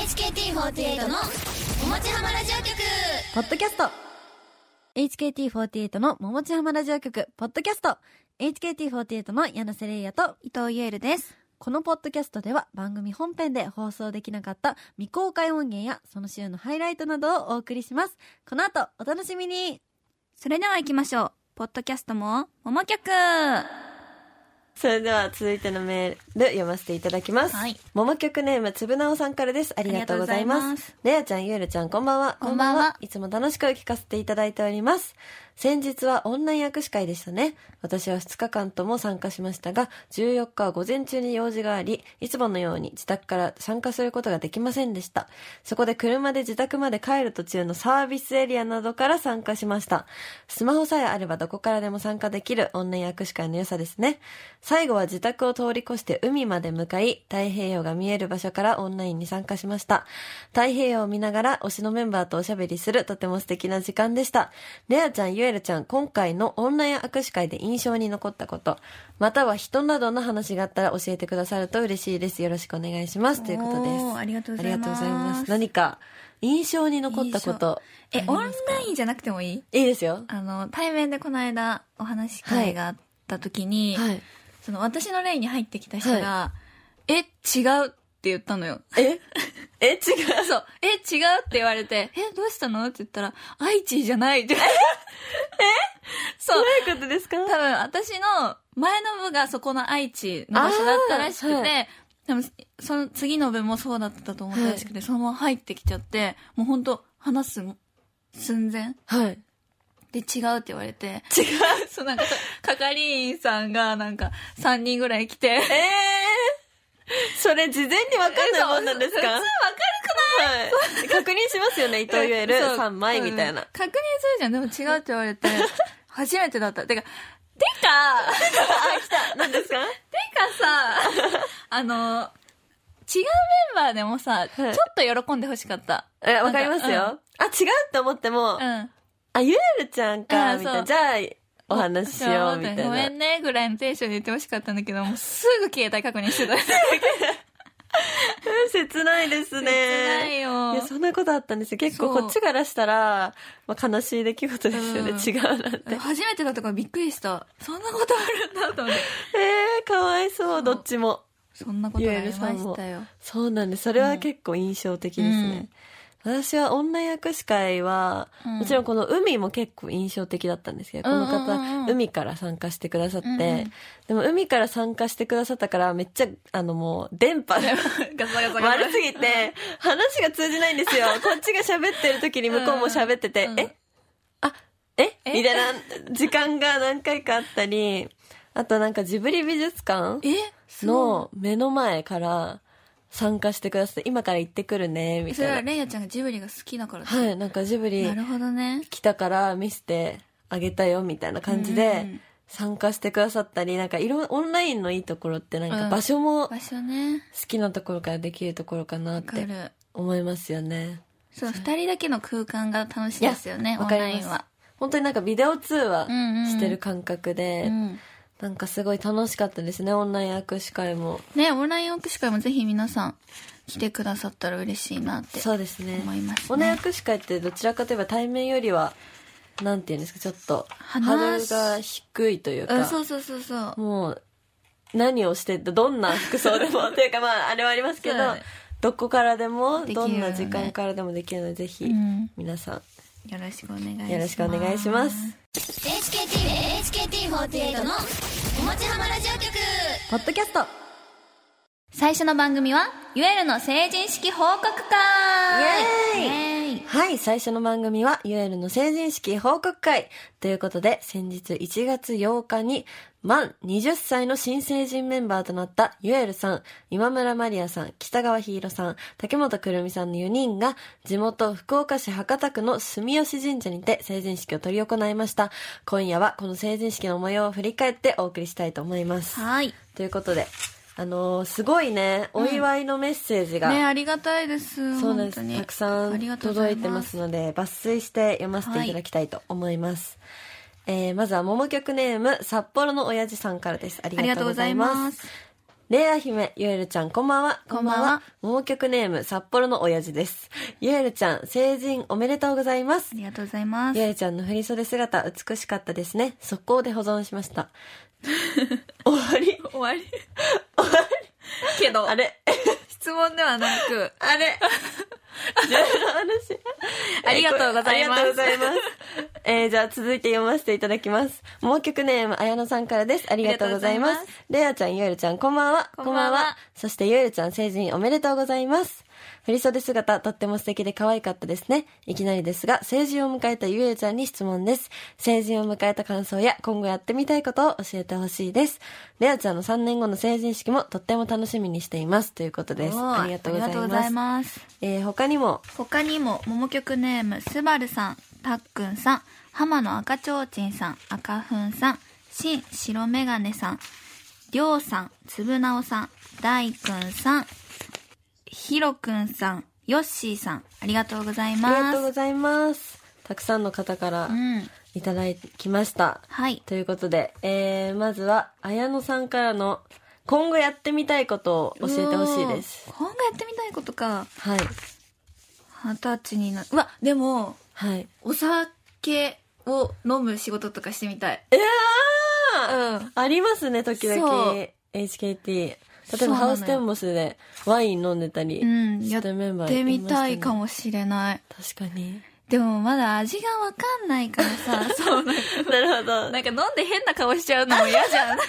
HKT48 のおもちはまラジオ局ポッドキャスト HKT48 のももちはまラジオ局ポッドキャスト HKT48 の柳瀬玲也と伊藤ゆえるですこのポッドキャストでは番組本編で放送できなかった未公開音源やその週のハイライトなどをお送りしますこの後お楽しみにそれでは行きましょうポッドキャストももも曲それでは続いてのメール読ませていただきます。はいもも曲ネームつぶなおさんからです。ありがとうございありがとうまございますす。レアちゃん、ゆえるちゃん、こんばんは。こんばんはいつも楽しく聞かせていただいております。先日はオンライン握手会でしたね。私は2日間とも参加しましたが、14日は午前中に用事があり、いつものように自宅から参加することができませんでした。そこで車で自宅まで帰る途中のサービスエリアなどから参加しました。スマホさえあればどこからでも参加できるオンライン握手会の良さですね。最後は自宅を通り越して海まで向かい、太平洋が見える場所からオンラインに参加しました。太平洋を見ながら推しのメンバーとおしゃべりするとても素敵な時間でした。レアちゃん、ゆえるちゃん、今回のオンライン握手会で印象に残ったこと、または人などの話があったら教えてくださると嬉しいです。よろしくお願いします。ということです。ありがとうあごりざいがまとうごすざいます。何か印象に残ったこと、えオンラインじゃなくてもいいいいですよ。あの対面でこの間お話し会があった時に、はい。その私のレインに入ってきた人が「え違う」って言ったのよえ え、違う。そう、え、違うって言われて、え、どうしたのって言ったら、愛知じゃ ない って。えそう。どういうことですか多分私の前の部がそこの愛知の場所だったらしくて、あーは多分その次の部もそうだったと思ったらしくて、そのまま入ってきちゃって、もうほんと話す寸前はい。で違うって言われて。違うそうなんか、係員さんがなんか3人ぐらい来て。えそれ事前に分かんないもんなんですか普通わかはい、確認しますよね、伊藤ゆえるそう3枚みたいうんな。確認するじゃんでも違うって言わ れて初めてだったてかてかてあ、来た何ですかか さあの違うメンバーでもさ、ちょっと喜んでほしかったえ、わかりますなよ。あ、違うって思っても、うんあ、ゆえるちゃんあか、そうみたいな。じゃあ、お話ししよう、みたいごめな。んねぐらいのテンションで言ってほしかったんだ けどもうすぐ携帯確認してた切ないですね。 切ないよいや、そんなことあったんですよ。結そ構うこっちからしたら、まあ、悲しい出来事ですよね。うん違うなんて。初めてだったからびっくりしたそんなことあるんだと思ってえー、かわいそう、どっちも。そんなことがありましたよそうなんです。それは結構印象的ですね。私はオンライン握手会は、うんもちろんこの海も結構印象的だったんですけど、この方、うんうんうん海から参加してくださって、うんうんでも海から参加してくださったから、めっちゃ、あのもう、電波がガサガサガサ悪すぎて、話が通じない んですよ。こっちが喋ってる時に向こうも喋ってて、うんうんえあ、ええみたいな時間が何回かあったり、あとなんかジブリ美術館えすごいの目の前から参加してくださって今から行ってくるねみそれたはいなレイヤちゃんがジブリが好きだからだはいなんかジブリなるほどね来たから見せてあげたよみたいな感じうんうでん参加してくださったりなんかいろんオンラインのいいところってなんうかん場所も好場所ねきなところからできるところかなっわかてる思いますよねそう二人だけの空間が楽しいですよねオわンかライりまンすは本当になんかビデオ通話うんうんうんしてる感覚で、うんなんかすごい楽しかったですねオンライン握手会もねオンライン握手会もぜひ皆さん来てくださったら嬉しいなってそうですね思いますオンラインね握手会ってどちらかといえば対面よりはなんていうんですかちょっとハード話ルすが低いといううんかそうそうそうそうもう何をしてどんな服装でもっていうかまあ あれはありますけどそうだねどこからでもできるよどねんな時間からでもできるのでぜひうん皆さよろしくお願いしまんすよろしくお願いします HKT HKT48 のおもちはまラジオ局ポッドキャスト最初の番組はゆえるの成人式報告イ会エイエーイはい最初の番組は「ゆえるの成人式報告会」ということで先日1月8日に満20歳の新成人メンバーとなったゆえるさん今村まりやさん北川ひいろさん竹本くるみさんの4人が地元福岡市博多区の住吉神社にて成人式を執り行いました今夜はこの成人式の模様を振り返ってお送りしたいと思いますはいということであのーすごいねお祝いのメッセージが、ねありがたいですそうなんです本当にたくさあんりがとうござ届いまてすますので抜粋して読ませていただきたいと思います、えーまずは桃曲ネーム札幌の親父さんからですありありががととううごござざいいますますレイア姫、ゆえるちゃん、こんばんは。こんばんは。桃曲ネーム、札幌の親父です。ゆえるちゃん、成人おめでとうございますあ。りがとうございますゆ。えるちゃんの振り袖姿、美しかったですね。速攻で保存しました。 終わり終わりけどあれ質問ではなくあれじゃあ話 ありがとうございますありがとうございます。えー、じゃあ続いて読ませていただきます。もう曲ネーム、あやのさんからです。ありがとうございまありがとすうござい。レアちゃん、ゆえるちゃん、こんばんは。こんばんはそしてゆえるちゃん、成人おめでとうございます。振り袖姿、とっても素敵で可愛かったですね。いきなりですが、成人を迎えたゆえるちゃんに質問です。成人を迎えた感想や、今後やってみたいことを教えてほしいです。レアちゃんの3年後の成人式もとっても楽しみにしています。ということです。おーありがとうござあいりがとうごまざすい。ますえー他にも、他にも桃曲ネームすばるさんたっくんさん浜野赤ちょうちんさん赤ふんさん新白メガネさんりょうさんつぶなおさん大くんさんひろくんさんよっしーさんありがとうございありがまとうすございます。たくさんの方からうんいただきました。はいということで、えー、まずは、綾乃さんからの、今後やってみたいことを教えてほしいですう。ん今後やってみたいことかはい。二十歳になうわでもはい。お酒を飲む仕事とかしてみたいえうんありますね、時そ々う。 HKT。例そうなのえば、よハウステンボスでワイン飲んでたりうんしやってたメンバーやってみたいかも。もしれない確かに。でもまだ味がわかんないから さそうなんかなるほど。なんか飲んで変な顔しちゃうのも嫌じゃん なんか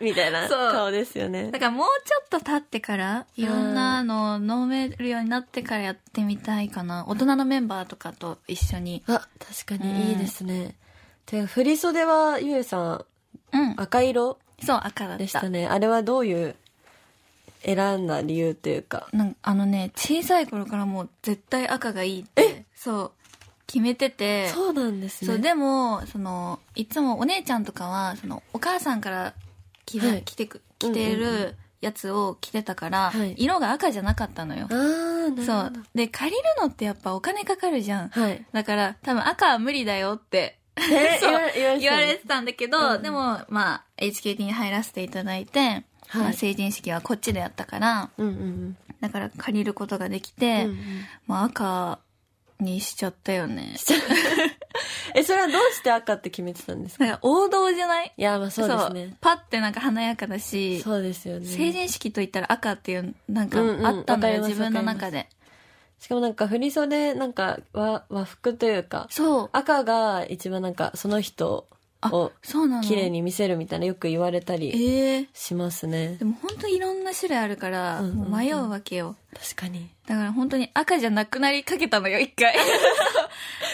うみたいなそう顔ですよねだ。からもうちょっと経ってからいろんなの飲めるようになってからやってみたいかな大人のメンバーとかと一緒にあ、確かうんにいいですね。てか、振り袖は、ゆえさん、うん赤色そう赤だったでしたね。あれはどういう、選んだ理由というか。なんかあのね小さい頃からもう絶対赤がいいってそう決めててそうなんですね。そうでもそのいつもお姉ちゃんとかはそのお母さんから着,、はい着てく着てうんうんるやつを着てたから、はい色が赤じゃなかったのよ、あー、なるほど。そうで借りるのってやっぱお金かかるじゃんはい。だから多分赤は無理だよってえそう言わ言われててたんだけど、うんうんでもまあ HKT に入らせていただいて、はいまあ、成人式はこっちでやったからた。うんうんだから借りることができうんて、うんうん。 まあ赤にしちゃったよねえ、それはどうして赤って決めてたんですかなんか王道じゃないいや、まあそうですね。パッてなんか華やかだし、そうですよね。成人式といったら赤っていうなんかうんうんあったのよ、わかります自分の中でしかもなんか振り袖、なんか和和服というか、そう赤が一番なんかその人をそうなの綺麗に見せるみたいなよく言われたりええしますねで。も本当いろんな種類あるから、うんうんうんもう迷うわけよ確かに。だから本当に赤じゃなくなりかけたのよ一 回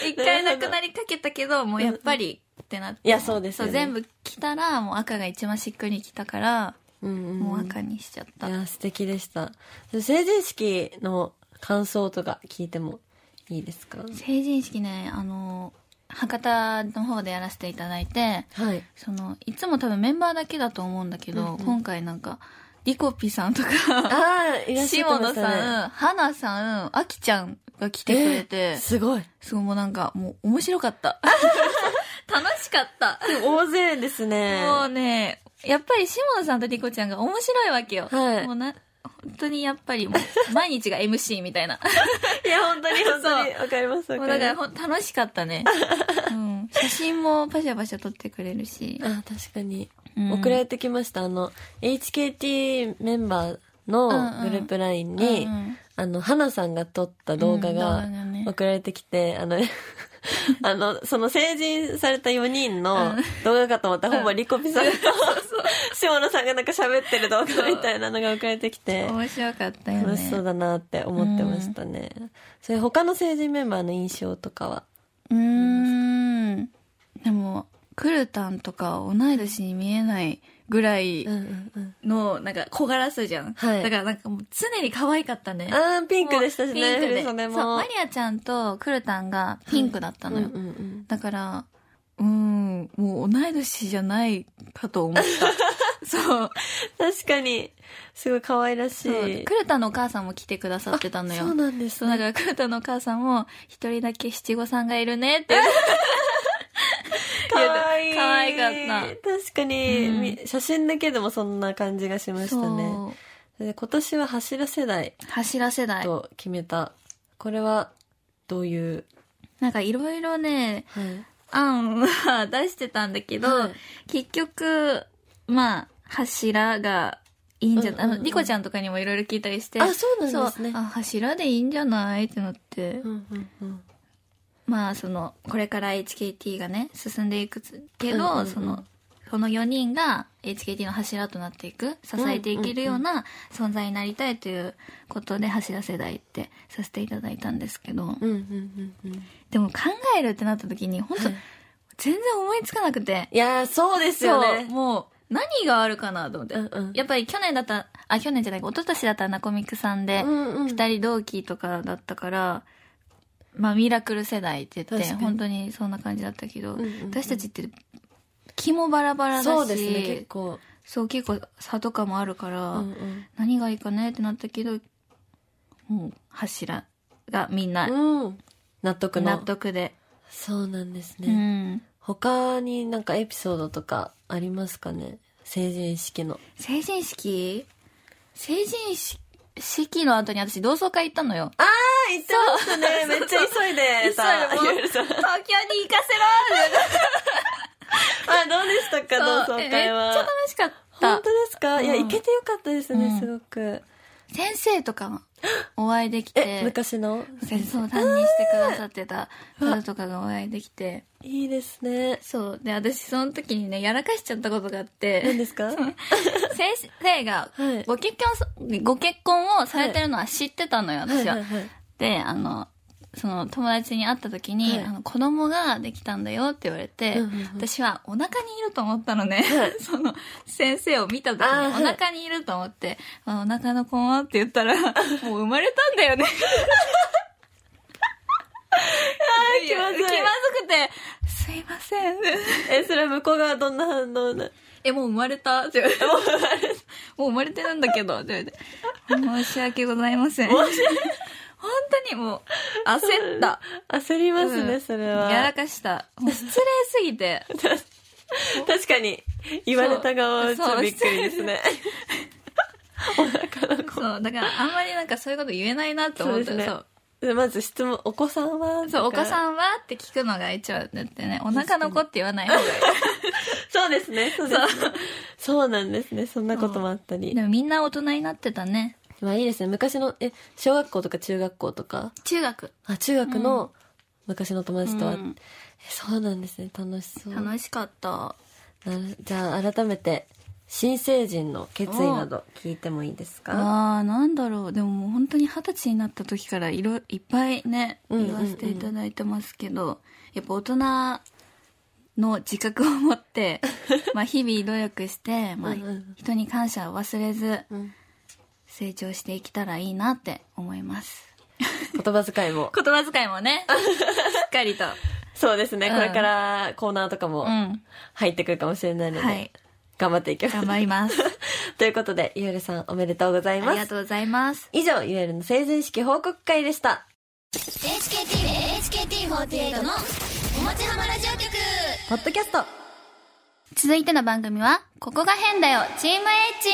一回なくなりかけたけどもうやっぱりってなっていや、そうですそようね。全部着たらもう赤が一番しっくりきたから、うんうん、もう赤にしちゃったいや、素敵でした。成人式の感想とか聞いてもいいですか成人式ねあの博多の方でやらせていただいてはい。そのいつも多分メンバーだけだと思うんだけど、うんうん今回なんかリコピさんとかああ、いらっしゃ下いま野したね。さん花さんあきちゃんが来てくれて、えすごい。すごいもうなんかもう面白かった 楽しかった大勢ですね。もうねやっぱり下野さんとリコちゃんが面白いわけよ、はいもうな本当にやっぱりもう毎日が MC みた いないや、本当に本当に。わかります、わもかうだかりらます。ほん楽しかったね、 うん、写真もパシャパシャ撮ってくれるし、あ、確かに。うん送られてきました。あの、HKT メンバーのグループ LINE に、うんうんあの、花さんが撮った動画うがん動画がね送られてき て、あの、あの、その成人された4人の動画かと思ったら、ほぼリコピさんと、下野さんがなんか喋ってる動画みたいなのが送られてきて、面白かったよね楽しそうだなって思ってましたね。それ他の成人メンバーの印象とかはうーんでもクルタンとか同い年に見えないぐらいうんうんのなんか小柄さじゃん、はいだからなんかもう常に可愛かったねあー、ピンクでしたしもうね、ピンク振でり袖も。そうマリアちゃんとクルタンがピンクだったのよ、うんうんうんだからうーんもう同い年じゃないかと思った そう確かに、すごい可愛らしそうい。クルタンのお母さんも来てくださってたのよそうなんですそうだからクルタンのお母さんも一人だけ七五三がいるねってかわいい。可愛かった確かに、うんみ写真だけでもそんな感じがしましたね。で今年は柱世代う柱世代と決めた。これは、どういう、なんかいろいろねはい案は出してたんだけど、はい結局まあ柱がいいんじゃない、うんうんうんあのリコちゃんとかにもいろいろ聞いたりしてあ、そうなんですねそう。あ柱でいいんじゃないってなって、うんうんうんまあそのこれから HKT がね進んでいくつけど、うんうんうんそのその4人が HKT の柱となっていく支えていけるような存在になりたいということで柱世代ってさせていただいたんですけど、うんうんうんうん。でも考えるってなった時に本当、はい全然思いつかなくていやー、そうですよそうね。もう何があるかなと思って、うんうんやっぱり去年だったあ去年じゃない一昨年だったらナコミックさんで、うんうん二人同期とかだったから、まあ、ミラクル世代って言って確かに本当にそんな感じだったけど、うんうんうん私たちって気もバラバラだしそうですね、結構。そう結構差とかもあるから、うんうん何がいいかねってなったけどもう柱がみんなうん。納得の。納得で、そうなんですうね。ん、他になんかエピソードとかありますかね成人式の。成人式成人式式の後に私同窓会行ったのよ。ああ、行ってました ね。めっちゃ急いでた。急いでもう ゆうさん東京に行かせろあ、どうでしたか同そう窓えめっ会ちゃは楽。しかっ本た当。ですかいや、うん行けてよかったですうねん、すごく。先生とかもお会いできえ、て。昔の先生を担任してくださってた方とかがお会いできていいですね。そうで私その時にねやらかしちゃったことがあっ何てですか先生がはいご結婚ご結婚をされてるのは知ってたのよ私は。はい。であのその友達に会った時に、はいあの子供ができたんだよって言われて、うんうんうん私はお腹にいると思ったのね、 その先生を見た時にあーはいお腹にいると思って「あお腹の子は?」って言った ら「もう生まれたんだよね」ー気まず気いまずくて「すいませ ん」え、それは向こう側どんな反応なえ、もう生まれたって言われて。もう生まれもう生まれてるんだけど、って言われて。申し訳ございません。 本当にもう、焦った。焦りますうね、んそれは。やらかした。もう失礼すぎて。 確かに言われた側はちょっとびっくりですねそう、だからあんまりなんかそういうこと言えないなって思った。そうですねそう。でまず質問お子さんはそう、お子んさんはって聞くのが一応だってね、お腹の子って言わない方がいそうですねそうですねそうなんですねそんなこともあったい。りでもみんな大人になってたね。まあいいですね昔のえ小学校とか中学校とか中学。あ中学の昔の友達とは、うんえそうなんですね楽しそう楽しかった。なるじゃあ改めて新成人の決意など聞いてもいいですかああなんだろうでももう本当に二十歳になった時からいろいっぱいねうんうんうん言わせていただいてますけど、やっぱ大人の自覚を持って まあ日々努力して、まあうんうん、人に感謝を忘れずうん成長していけたらいいなって思います言葉遣いも言葉遣いも ねしっかりとそうですねうんこれからコーナーとかもうん入ってくるかもしれないので、はい頑張っていきましょう頑張ります ということで、ゆえるさんおめでとうございあまりがす。とうございます以上、ゆえるの成人式報告会でした。 HKT HKT48 のおもちはまラジオ局ポッドキャスト続いての番組は「ここが変だよチーム H」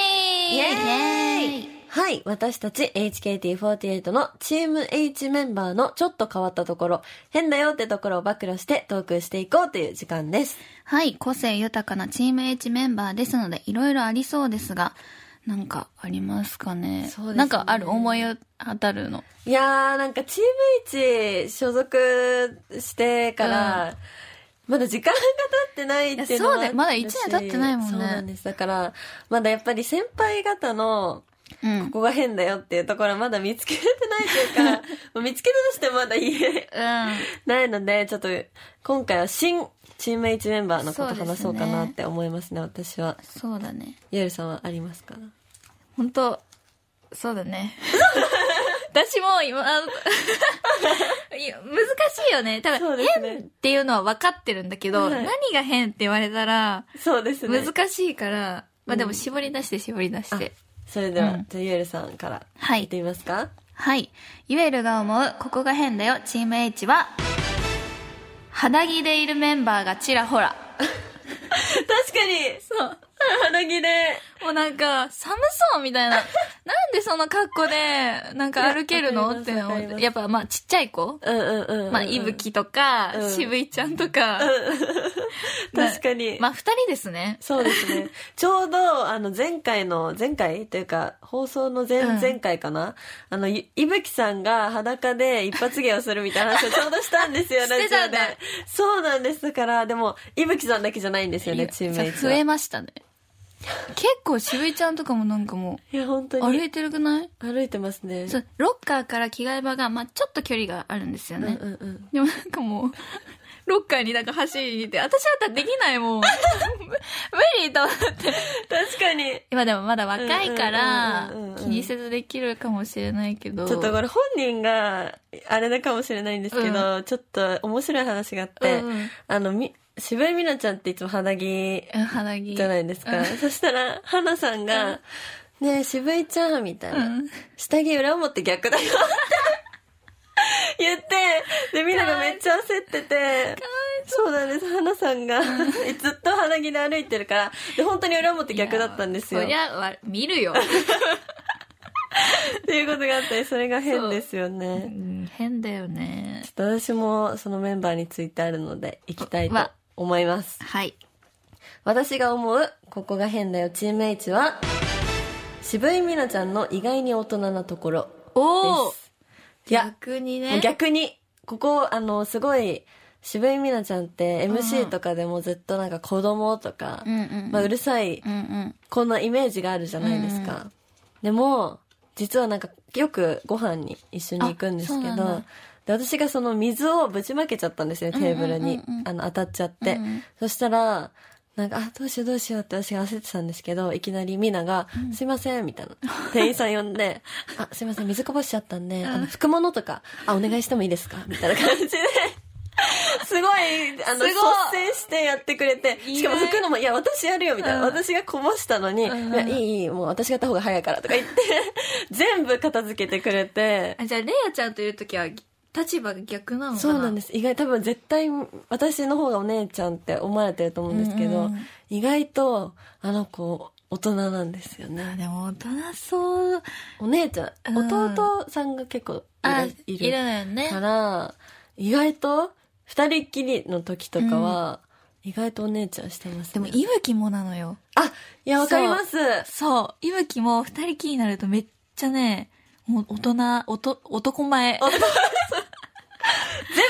イエーイイエーイはい、私たち HKT48 のチーム H メンバーのちょっと変わったところ、変だよってところを暴露してトークしていこうという時間です。はい、個性豊かなチーム H メンバーですので、いろいろありそうですが、なんかありますかね。そうですねなんかある思い当たるの。いやー、なんかチーム H 所属してから、まだ時間が経ってないっていうのもあっいやそうたしだよまだ一年経ってないもんねそうなんです。だから、まだやっぱり先輩方のうん。ここが変だよっていうところはまだ見つけれてない というか、もう見つけたとしてもまだ言えないので、ちょっと今回は新チーム H メンバーのこそとうですね話そうかなって思いますね、私は。そうだね。ゆえるさんはありますか本当そうだね。 私も今、あの いや難しいよね。多そう分、ですね変っていうのは分かってるんだけど、はい何が変って言われたら、そうですね。難しいから、まあでも絞り出して絞り出して。それでは、うんじゃあゆえるさんからは言っいて。みますかはい。ユエルが思う、ここが変だよ、チーム H は、肌着でいるメンバーがちらほら。確かに そう。肌着で。もうなんか、寒そうみたい な。なんでその格好で、なんか歩けるいやのわっかてります思わかりっますて。やっぱまあちっちゃい子うんうんうんうん。まあ、いぶきとか、うん渋いちゃんとか、まあ確かに。まあ、二人ですね。そうですね。 ちょうど、あの、前回の、前回というか、放送の前、うん前回かなあの、いいぶきさんが裸で一発芸をするみたいな話を ちょうどしたんですよ、してたんだで。そうなんです。だから、でも、いぶきさんだけじゃないんですよね、チームメイト増は。えいましたね。結構渋いちゃんとかもなんかもや、本う、当歩に。いてるくない歩いてますね。そう、ロッカーから着替え場が、まあ、ちょっと距離があるんですようんね。うんうん。でもなんかもう、ロッカーになんか走りに行って、私だったらできないもん。無理と思って。確かに。今でもまだ若いからうんうんうんうんうん、気にせずできるかもしれないけど。ちょっとこれ本人があれだかもしれないんですけど、ちょっと面白い話があって、うんうんあのみ渋井美奈ちゃんっていつも肌着うん肌着。じゃないですか、うんそしたら花さんが「ねえ渋井ちゃん」みたいな、うん下着裏表逆だよ」って 言ってで美奈がめっちゃ焦っててそうなんです花さんが ずっと肌着で歩いてるからで本当に裏表逆だったんですよいやそりゃわ、見るよ。っていうことがあってそれが変ですよねうん変だよねちょっと私もそのメンバーについてあるので行きたいとわ思います。はい私が思うここが変だよチーム H は渋井美奈ちゃんの意外に大人なところおでおす。いや、逆にもうね逆にここあのすごい渋井美奈ちゃんってんうん MC とかでもずっとなんか子供とか、うんうんまあ、うるさいうんうんこんなイメージがあるじゃないですか、でも実はなんかよくご飯に一緒に行くんですけあそうなどんだで私がその水をぶちまけちゃったんですよねテーブルに、うんうんうんうんあの当たっちゃって、うんうんそしたらなんかあどうしようどうしようって私が焦ってたんですけどいきなりミナが「すいません」みた いな店員さん呼んで「あすいません水こぼしちゃったんで、あの服物とかあお願いしてもいいですか」みたいな 感じで。すごい、あの、すごい率先してやってくれて、意外しかも服のも、いや、私やるよ、みたいな。うん私がこぼしたのに、うんいや、いい、いい、もう私がやった方が早いからとか 言って、全部片付けてくれて、あじゃあレイヤちゃんという時は立場が逆なのかなそうなんですす。意外、多分絶対、私の方がお姉ちゃんって思われてると思うんですけど、うんうん意外と、あの子、大人なんですよね。でも大人そうお姉ちゃん、うん弟さんが結構いらあいいるるのよねから、意外と、二人っきりの時とかは、意外とお姉ちゃんしてます、ね。でもいぶきもなのよあ、いや、わかります。そういぶきも二人きりになるとめっちゃねもう大人おと男前全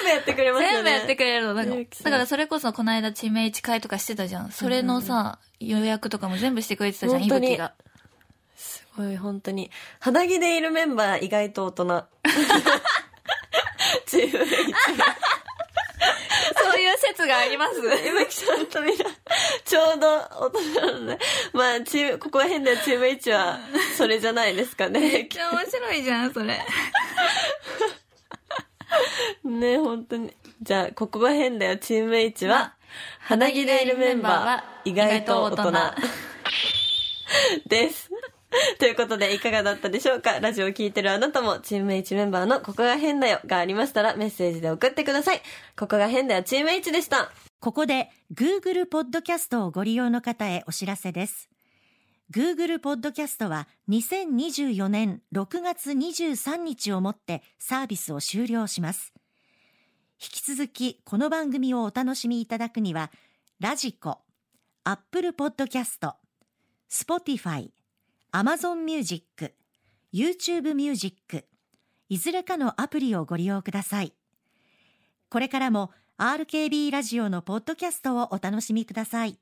部やってくれますよね。全部やってくくれるのなんかゆうきさんだからそれこそこの間地名一会とかしてたじゃんそれのさ、予約とかも全部してくれてたじゃん本い当ぶにきがすごい、本当に。肌着でいるメンバー意外と大 人。チーム H。そういう説がありますゆめきさんとみんな、ちょうど大人なので。まあ、チーム、ここら辺ではチーム H は、それじゃないですかめっ ね。ちゃ面白いじゃん、それ。ね、本当に。じゃあ、ここが変だよ、チーム H は、鼻着でいるメンバーは意外と大人。です。ということで、いかがだったでしょうかラジオを聞いてるあなたも、チーム H メンバーのここが変だよがありましたら、メッセージで送ってください。ここが変だよ、チーム H でした。ここで Google ポッドキャストをご利用の方へお知らせです。Google ポッドキャストは2024年6月23日をもってサービスを終了します。引き続きこの番組をお楽しみいただくには、ラジコ、Apple ポッドキャスト、Spotify、Amazon Music、YouTube Music、いずれかのアプリをご利用ください。これからも RKB ラジオのポッドキャストをお楽しみください。